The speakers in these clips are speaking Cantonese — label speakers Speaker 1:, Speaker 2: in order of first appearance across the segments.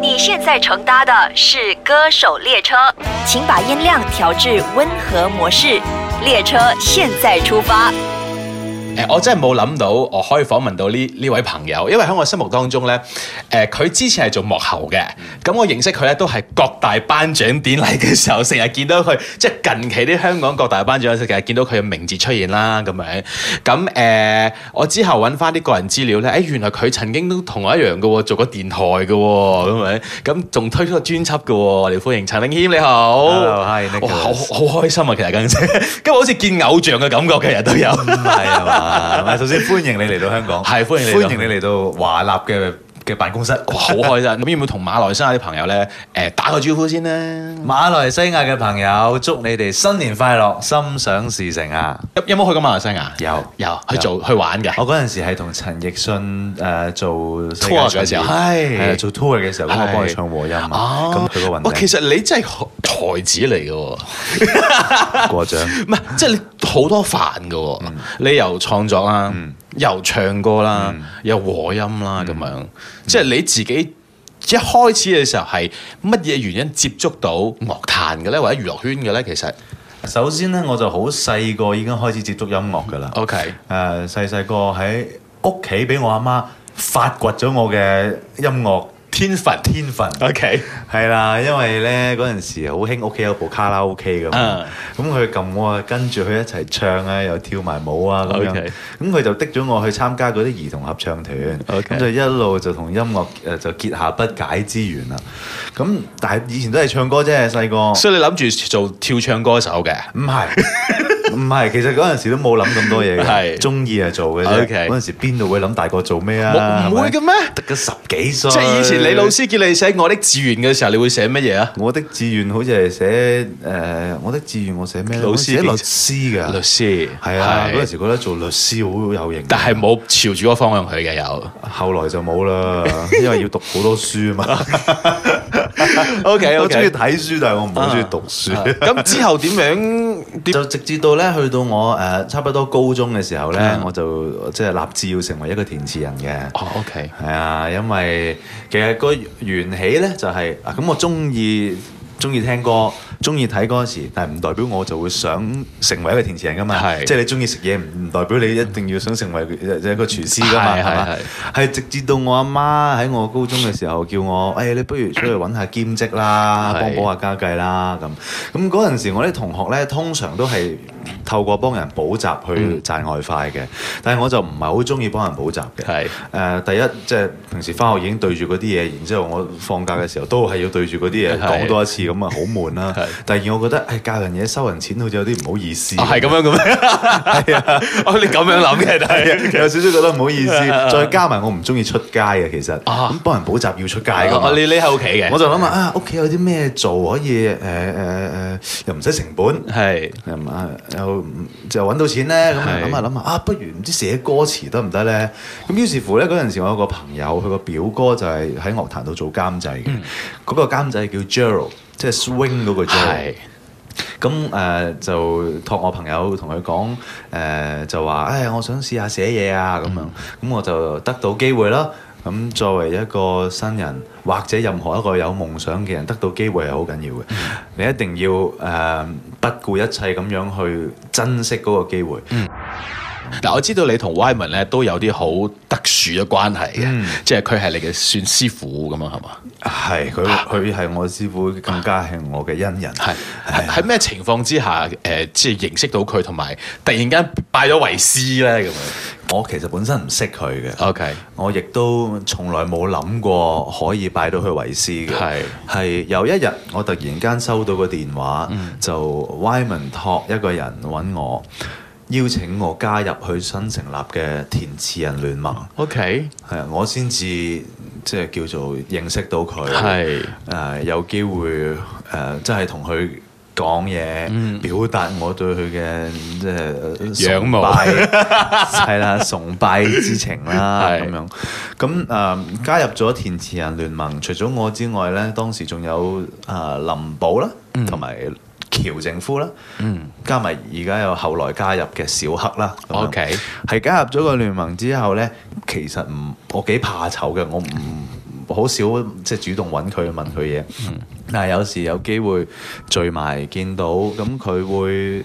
Speaker 1: 你现在乘搭的是歌手列车，请把音量调至温和模式。列车现在出发。
Speaker 2: 誒，我真係冇諗到我可以訪問到呢呢位朋友，因為喺我心目當中咧，誒、佢之前係做幕後嘅，咁我認識佢咧都係各大頒獎典禮嘅時候，成日見到佢，即係近期啲香港各大頒獎成日見到佢嘅名字出現啦咁樣。咁誒、我之後揾翻啲個人資料咧，誒、原來佢曾經都同我一樣嘅喎，做過電台嘅喎，咁樣，咁仲推出個專輯嘅喎，我哋歡迎陳永軒，你好。
Speaker 3: Hello，hi，Nicholas
Speaker 2: 哇好好開心啊，其實今日 今日好似見偶像嘅感覺，其實都有。
Speaker 3: 係啊 嘛，首先歡迎你嚟到香港，
Speaker 2: 係歡迎你嚟到
Speaker 3: 歡迎你嚟到華納嘅嘅辦公室。
Speaker 2: 哇好開心！ 咁要唔要同馬來西亞啲朋友咧，誒、打個招呼先咧？
Speaker 3: 馬來西亞嘅朋友，祝你哋新年快樂，心想事成啊！
Speaker 2: 有有冇去過馬來西亞？
Speaker 3: 有
Speaker 2: 有去做去玩嘅。
Speaker 3: 我嗰陣時係同陳奕迅誒、呃做
Speaker 2: Tour 嘅時候係
Speaker 3: 係係啊做 tour 嘅時候，咁我
Speaker 2: 係
Speaker 3: 幫佢唱和音啊，
Speaker 2: 哦
Speaker 3: 咁佢個
Speaker 2: 哇，其
Speaker 3: 運
Speaker 2: 實你真係才子嚟嘅喎，
Speaker 3: 動過獎。
Speaker 2: 唔係即係你好多範嘅喎。你由創作啦，又唱歌啦，又和音啦咁樣，即係你自己。一開始嘅時候係乜嘢原因接觸到樂壇嘅咧，或者娛樂圈嘅咧？其實
Speaker 3: 首先咧，我就好細個已經開始接觸音樂㗎啦。
Speaker 2: ，OK，
Speaker 3: 誒細細個喺屋企俾我阿媽發掘咗我嘅音樂
Speaker 2: 天分
Speaker 3: 天分。
Speaker 2: ，OK，
Speaker 3: 係啦，因為咧嗰陣時好興屋企有部卡拉 OK 咁
Speaker 2: 嗯，
Speaker 3: 咁佢撳我啊，跟住佢一齊唱啊，又跳埋舞啊咁
Speaker 2: OK
Speaker 3: 樣，咁佢就滴咗我去參加嗰啲兒童合唱團，
Speaker 2: OK
Speaker 3: 咁就一路就同音樂誒就結下不解之緣啦。咁但係以前都係唱歌啫，細個。
Speaker 2: 所以你諗住做跳唱歌手嘅。
Speaker 3: 唔係，唔係，其實嗰陣時都冇諗咁多嘢
Speaker 2: 係
Speaker 3: 嘅，中意就做嘅啫。
Speaker 2: OK
Speaker 3: 嗰陣時邊度會諗大個做咩
Speaker 2: 冇
Speaker 3: 啊？
Speaker 2: 唔會嘅
Speaker 3: 係咪
Speaker 2: 咩？
Speaker 3: 得個十幾歲。
Speaker 2: 即係以前你老師叫你寫我的志願嘅時候，你會寫乜嘢啊？
Speaker 3: 我的志願好似係寫誒，我的志願我寫咩咧？
Speaker 2: 老師
Speaker 3: 我寫律師
Speaker 2: 律
Speaker 3: 㗎，
Speaker 2: 師
Speaker 3: 係啊，
Speaker 2: 係
Speaker 3: 嗰陣時覺得做律師好有型，啊
Speaker 2: 但係冇朝住嗰個方向去嘅有。
Speaker 3: 後來就 冇啦，因為要讀好多書啊嘛。
Speaker 2: OK
Speaker 3: 我中意
Speaker 2: OK。
Speaker 3: 睇書，但係我唔好中意讀書。
Speaker 2: 咁之後點樣？點
Speaker 3: 就直至到咧，去到我誒、呃差不多高中嘅時候咧，
Speaker 2: 嗯
Speaker 3: 我就即係立志要成為一個填詞人嘅。
Speaker 2: 哦，OK，
Speaker 3: 係啊，因為其實個緣起咧就係、啊，咁我中意中意聽歌，中意睇歌詞，但係唔代表我就會想成為一個填詞人噶嘛。
Speaker 2: 係
Speaker 3: 即係你中意食嘢，唔唔代表你一定要想成為一個廚師噶嘛。
Speaker 2: 係係
Speaker 3: 係嘛
Speaker 2: 係
Speaker 3: 係直至到我阿媽喺我高中嘅時候叫我，誒、你不如出去揾下兼職啦，
Speaker 2: 係
Speaker 3: 幫補下家計啦咁。咁嗰陣時我啲同學咧，通常都係透過幫人補習去
Speaker 2: 嗯
Speaker 3: 賺外快嘅，但係我就唔係好中意幫人補習嘅。
Speaker 2: 係
Speaker 3: 誒、呃第一即係平時翻學已經對住嗰啲嘢，然之後我放假嘅時候都係要對住嗰啲嘢
Speaker 2: 係
Speaker 3: 講多一次，咁啊好悶啦。第
Speaker 2: 係
Speaker 3: 二，我覺得誒教人嘢收人錢好似有啲唔好意思，
Speaker 2: 哦係咁樣咁樣。係啊， 哦你咁樣諗嘅，但係 啊
Speaker 3: 有少少覺得唔好意思。 再加埋我唔中意出街嘅，其實
Speaker 2: 啊
Speaker 3: 咁幫人補習要出街啊㗎嘛
Speaker 2: 哦。你你喺屋企嘅，
Speaker 3: 我就諗下啊，屋企有啲咩做可以誒誒誒，又唔使成本。
Speaker 2: 係
Speaker 3: 又唔啊又唔就揾到錢咧，咁啊
Speaker 2: 係
Speaker 3: 諗下諗下啊，不如唔知寫歌詞得唔得咧？咁於是乎咧，嗰陣時我有個朋友，佢個表哥就係喺樂壇度做監製嘅，
Speaker 2: 嗯
Speaker 3: 嗰、個監製叫 Gerald，即係 swing 嗰個 Gerald
Speaker 2: 係。
Speaker 3: 咁誒、呃就託我朋友同佢講誒，就話誒、哎我想試下寫嘢啊咁樣，咁、我就得到機會啦。咁作為一個新人或者任何一個有夢想嘅人，得到機會係好緊要嘅。你一定要誒、呃不顧一切咁樣去珍惜嗰個機會。
Speaker 2: 嗱，我知道你同 Wyman 咧都有啲好特殊嘅關係
Speaker 3: 嗯
Speaker 2: 嘅，即係佢係你嘅算師傅咁啊，係嘛？
Speaker 3: 係佢佢係我師傅，更加係我嘅恩人。
Speaker 2: 係喺喺咩情況之下，誒、即係認識到佢，同埋突然間拜咗為師咧咁樣。
Speaker 3: 我其實本身唔識佢嘅。
Speaker 2: OK，
Speaker 3: 我亦都從來冇諗過可以拜到佢為師嘅，
Speaker 2: 係
Speaker 3: 係有一日我突然間收到個電話，
Speaker 2: 嗯
Speaker 3: 就 Wyman 託一個人揾我，邀請我加入佢新成立嘅填詞人聯盟，
Speaker 2: OK，
Speaker 3: 係啊，我先至即係叫做認識到佢，
Speaker 2: 係
Speaker 3: 誒、呃有機會誒、真係同佢講嘢，表達我對佢嘅即係
Speaker 2: 嗯
Speaker 3: 呃
Speaker 2: 仰慕
Speaker 3: 崇拜 係啦，崇拜之情啦
Speaker 2: 係
Speaker 3: 咁樣。咁誒、呃加入咗填詞
Speaker 2: 嗯
Speaker 3: 呃人聯盟，除咗我之外咧，當時仲有誒、林寶啦，同埋喬政夫啦，嗯，加埋而家有後來加入嘅小黑啦咁樣
Speaker 2: OK
Speaker 3: 係加入咗個聯盟之後呢，其實唔我幾怕醜嘅，我唔好少即係主動揾佢問佢嘢。但係有時有機會聚埋見到，咁佢會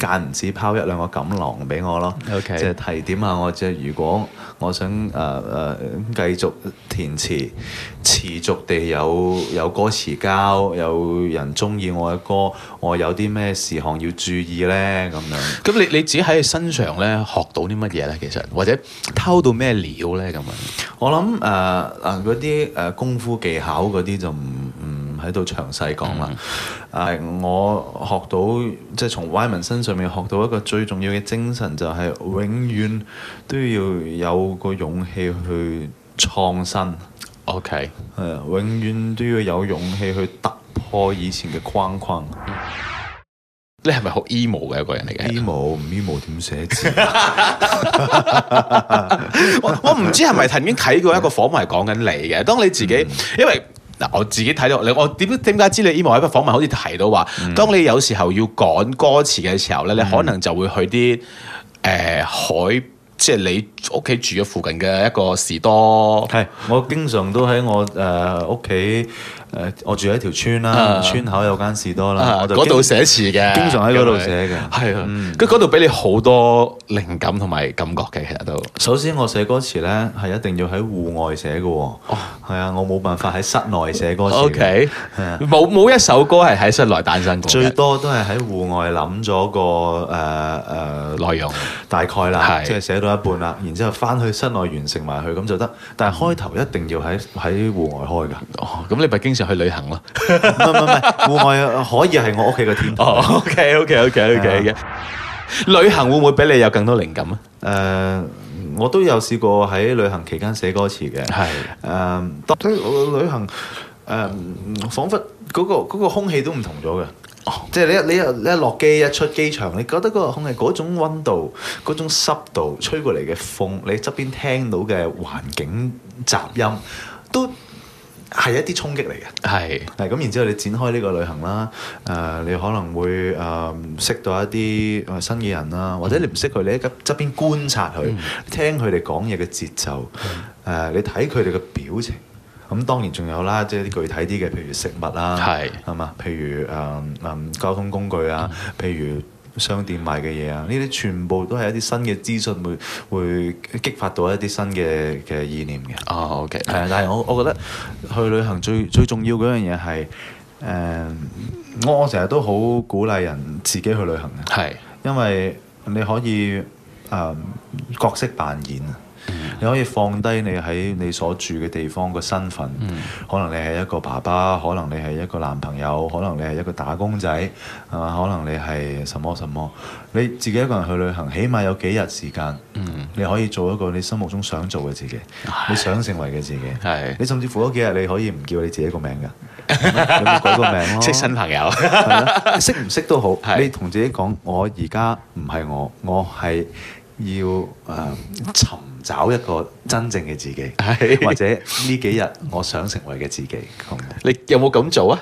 Speaker 3: 間唔止拋一兩個錦囊俾我咯
Speaker 2: OK
Speaker 3: 即係提點下我，即係如果我想誒誒、呃呃、繼續填詞，持續地有有歌詞交，有人中意我嘅歌，我有啲咩事項要注意呢？咁樣。
Speaker 2: 咁你你自己喺佢身上咧學到啲乜嘢咧？其實或者偷到咩料咧咁樣？
Speaker 3: 我諗誒誒嗰啲誒功夫技巧嗰啲就唔唔喺度詳細講
Speaker 2: 嗯
Speaker 3: 啦。誒、啊我學到即係從 Y 文身上面學到一個最重要嘅精神，就係永遠都要有個勇氣去創新，係
Speaker 2: OK，
Speaker 3: 啊永遠都要有勇氣去突破以前嘅框框。
Speaker 2: 你係咪好 emo 嘅一個人嚟嘅？
Speaker 3: emo 唔 emo 點 寫字？
Speaker 2: 我我唔知係咪曾經睇過一個訪問係講緊你嘅。當你自己，
Speaker 3: 嗯
Speaker 2: 因為嗱我自己睇到你，我點點解知你 emo 喺個訪問好似提到話，
Speaker 3: 嗯
Speaker 2: 當你有時候要趕歌詞嘅時候咧，你可能就會去啲誒、呃海，即係你屋企住咗附近嘅一個士多。
Speaker 3: 係，我經常都喺我誒屋企誒，我住喺條村啦，
Speaker 2: 啊
Speaker 3: 村口有間士多啦，
Speaker 2: 啊
Speaker 3: 我就
Speaker 2: 嗰度
Speaker 3: 經
Speaker 2: 寫詞嘅，
Speaker 3: 經常喺嗰度寫嘅嗯
Speaker 2: 係啊，佢嗰度俾你好多靈感同埋感覺嘅，其實都。
Speaker 3: 首先我寫歌詞呢係一定要喺戶外寫嘅喎，係啊，我冇辦法喺室內寫歌詞嘅
Speaker 2: O K，
Speaker 3: 係啊
Speaker 2: 冇冇一首歌係喺室內誕生過
Speaker 3: 最
Speaker 2: 嘅
Speaker 3: 多都係喺戶外諗咗個誒誒
Speaker 2: 內容。
Speaker 3: 大概啦，
Speaker 2: 係
Speaker 3: 即係寫到一半啦，然之後翻去室內完成埋佢咁就得，但係開頭一定要喺喺戶外開㗎，
Speaker 2: 哦，咁你咪經常去旅行咯。
Speaker 3: 唔係唔係唔係，戶外可以係我屋企嘅天 堂。
Speaker 2: 哦，O K O K O K O K 嘅。旅行會唔會俾你有更多靈感啊？
Speaker 3: 誒、我都有試過喺旅行期間寫歌詞嘅。
Speaker 2: 係
Speaker 3: 誒、當我旅行誒、彷彿嗰個嗰個空氣都唔同咗嘅。即係你一你一你一落機一出機場，你覺得嗰個空氣嗰種温度、嗰種濕度、吹過嚟嘅風，你側邊聽到嘅環境雜音，都係一啲衝擊嚟嘅。
Speaker 2: 係。
Speaker 3: 係咁，然之後你展開呢個旅行啦，誒、你可能會誒、識到一啲誒新嘅人啦，或者你唔識佢，你喺側側邊觀察佢，聽佢哋講嘢嘅節奏，誒、你睇佢哋嘅表情。咁當然仲有啦，即係啲具體啲嘅，譬如食物啦，
Speaker 2: 係
Speaker 3: 係嘛，譬如誒誒、交通工具啊，譬如商店賣嘅嘢啊，呢啲全部都係一啲新嘅資訊，會會激發到一啲新嘅嘅意念嘅。
Speaker 2: 哦，O K。
Speaker 3: 係啊，但係我我覺得去旅行最最重要嗰樣嘢係誒，我我成日都好鼓勵人自己去旅行嘅，
Speaker 2: 係。
Speaker 3: 因為你可以誒、啊角色扮演啊。你可以放低你喺你所住嘅地方個身份，可能你係一個爸爸，可能你係一個男朋友，可能你係一個打工仔，係嘛？可能你係什麼什麼，你自己一個人去旅行，起碼有幾日時間，你可以做一個你心目中想做嘅自己，你想成為嘅自己。
Speaker 2: 係
Speaker 3: 你甚至乎嗰幾日你可以唔叫你自己個名 㗎，你咪改個名咯。
Speaker 2: 識新朋友。
Speaker 3: 係啦，識唔識都好，
Speaker 2: 係
Speaker 3: 你同自己講，我而家唔係我，我係要誒、呃、尋找一個真正嘅自己，
Speaker 2: 係
Speaker 3: 或者呢幾日我想成為嘅自 己。咁
Speaker 2: 你有冇咁做啊？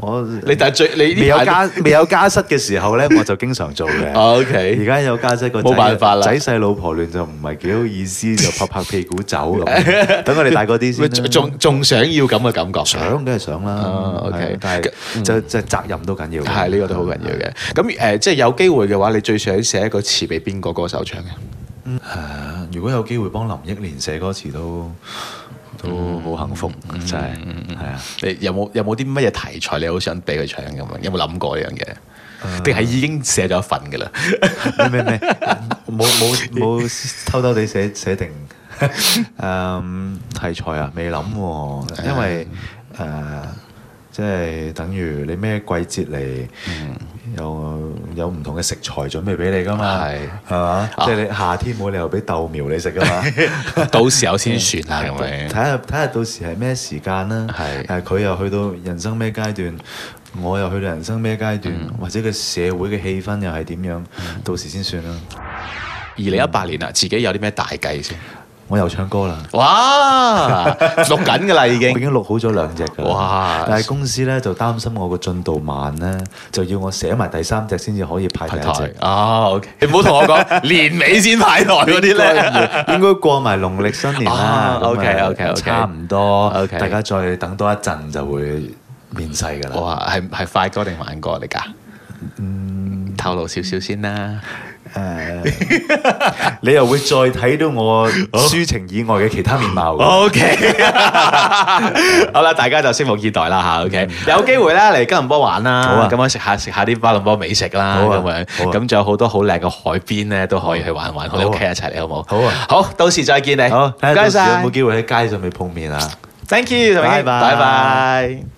Speaker 3: 我
Speaker 2: 你但係最你
Speaker 3: 未
Speaker 2: 呢
Speaker 3: 有
Speaker 2: 排都
Speaker 3: 家未有家室嘅時候呢，我就經常做嘅。
Speaker 2: 哦
Speaker 3: 而
Speaker 2: ，OK。
Speaker 3: 家有家姐個仔
Speaker 2: 冇辦法啦
Speaker 3: 仔細老婆亂就唔係幾好意思，就拍拍屁股走 咁。等我哋大個啲先
Speaker 2: 喂
Speaker 3: 啦
Speaker 2: 仲仲仲想要咁嘅感覺。
Speaker 3: 想梗係想啦。
Speaker 2: 啊，OK 嗯
Speaker 3: 係但係就就責任都緊要嘅。
Speaker 2: 係呢個都好緊要嘅。咁誒、即係有機會嘅話，你最想寫一個詞俾邊個歌手唱嘅？
Speaker 3: 誒啊如果有機會幫林憶蓮寫歌詞都
Speaker 2: 嗯
Speaker 3: 都好幸福，真係係啊！
Speaker 2: 你有冇有冇啲乜嘢題材你好想俾佢唱咁樣？有冇諗過呢樣嘢？定係已經寫咗一份㗎啦？
Speaker 3: 啊咩咩咩，冇冇冇偷偷地 寫寫定誒題材啊？未諗喎，因為誒即係等於你咩季節嚟
Speaker 2: 嗯
Speaker 3: 有有唔同嘅食材準備俾你噶嘛，
Speaker 2: 係
Speaker 3: 係嘛？
Speaker 2: 啊
Speaker 3: 即係你夏天冇理由俾豆苗你食 噶嘛。
Speaker 2: 到時候先算啦咁
Speaker 3: 睇
Speaker 2: 樣。
Speaker 3: 下睇下到時係咩時間啦，
Speaker 2: 係
Speaker 3: 誒佢又去到人生咩階段，我又去到人生咩階段，
Speaker 2: 嗯
Speaker 3: 或者個社會嘅氣氛又係點樣，到時先算啦。
Speaker 2: 啊二零一八年啦，自己有啲咩大計先？
Speaker 3: 誒、我又唱歌啦。
Speaker 2: 哇，錄緊㗎啦已
Speaker 3: 我已
Speaker 2: 經。
Speaker 3: 經錄好咗兩隻㗎啦。
Speaker 2: 哇
Speaker 3: 但係公司咧就擔心我個進度慢咧，就要我寫埋第三隻先至可以派第
Speaker 2: 排
Speaker 3: 一
Speaker 2: 台
Speaker 3: 隻。
Speaker 2: 啊，OK，你唔好同我 講年尾先排台嗰啲咧。
Speaker 3: 應該過埋農曆新年啦
Speaker 2: 啊。，OK，OK，OK
Speaker 3: 咁啊差唔多
Speaker 2: OK
Speaker 3: 大家再等多一陣就會面世㗎啦。
Speaker 2: 哇，係係快歌定慢歌嚟㗎？嗯，透露少少先啦。
Speaker 3: 誒，你又會再睇到
Speaker 2: 哦
Speaker 3: 我抒情以外嘅其他面貌㗎。
Speaker 2: O K，好啦，大家就拭目以待啦吓。O K，有機會咧嚟吉隆坡玩
Speaker 3: 嗯好啊
Speaker 2: 啦，咁樣食下食下啲巴隆坡美食啦，
Speaker 3: 好啊
Speaker 2: 咁樣
Speaker 3: 好啊
Speaker 2: 咁仲有好多好靚嘅海邊咧，都可以去玩玩。我哋
Speaker 3: 好啊
Speaker 2: 屋企一齊嚟好冇？
Speaker 3: 好啊
Speaker 2: 好，到時再見你。
Speaker 3: 好，睇
Speaker 2: 唔
Speaker 3: 下到
Speaker 2: 該
Speaker 3: 時有
Speaker 2: 晒
Speaker 3: 冇機會喺街上面碰面啊！
Speaker 2: ，Thank you，陳永
Speaker 3: 拜
Speaker 2: 興
Speaker 3: 拜
Speaker 2: 拜拜。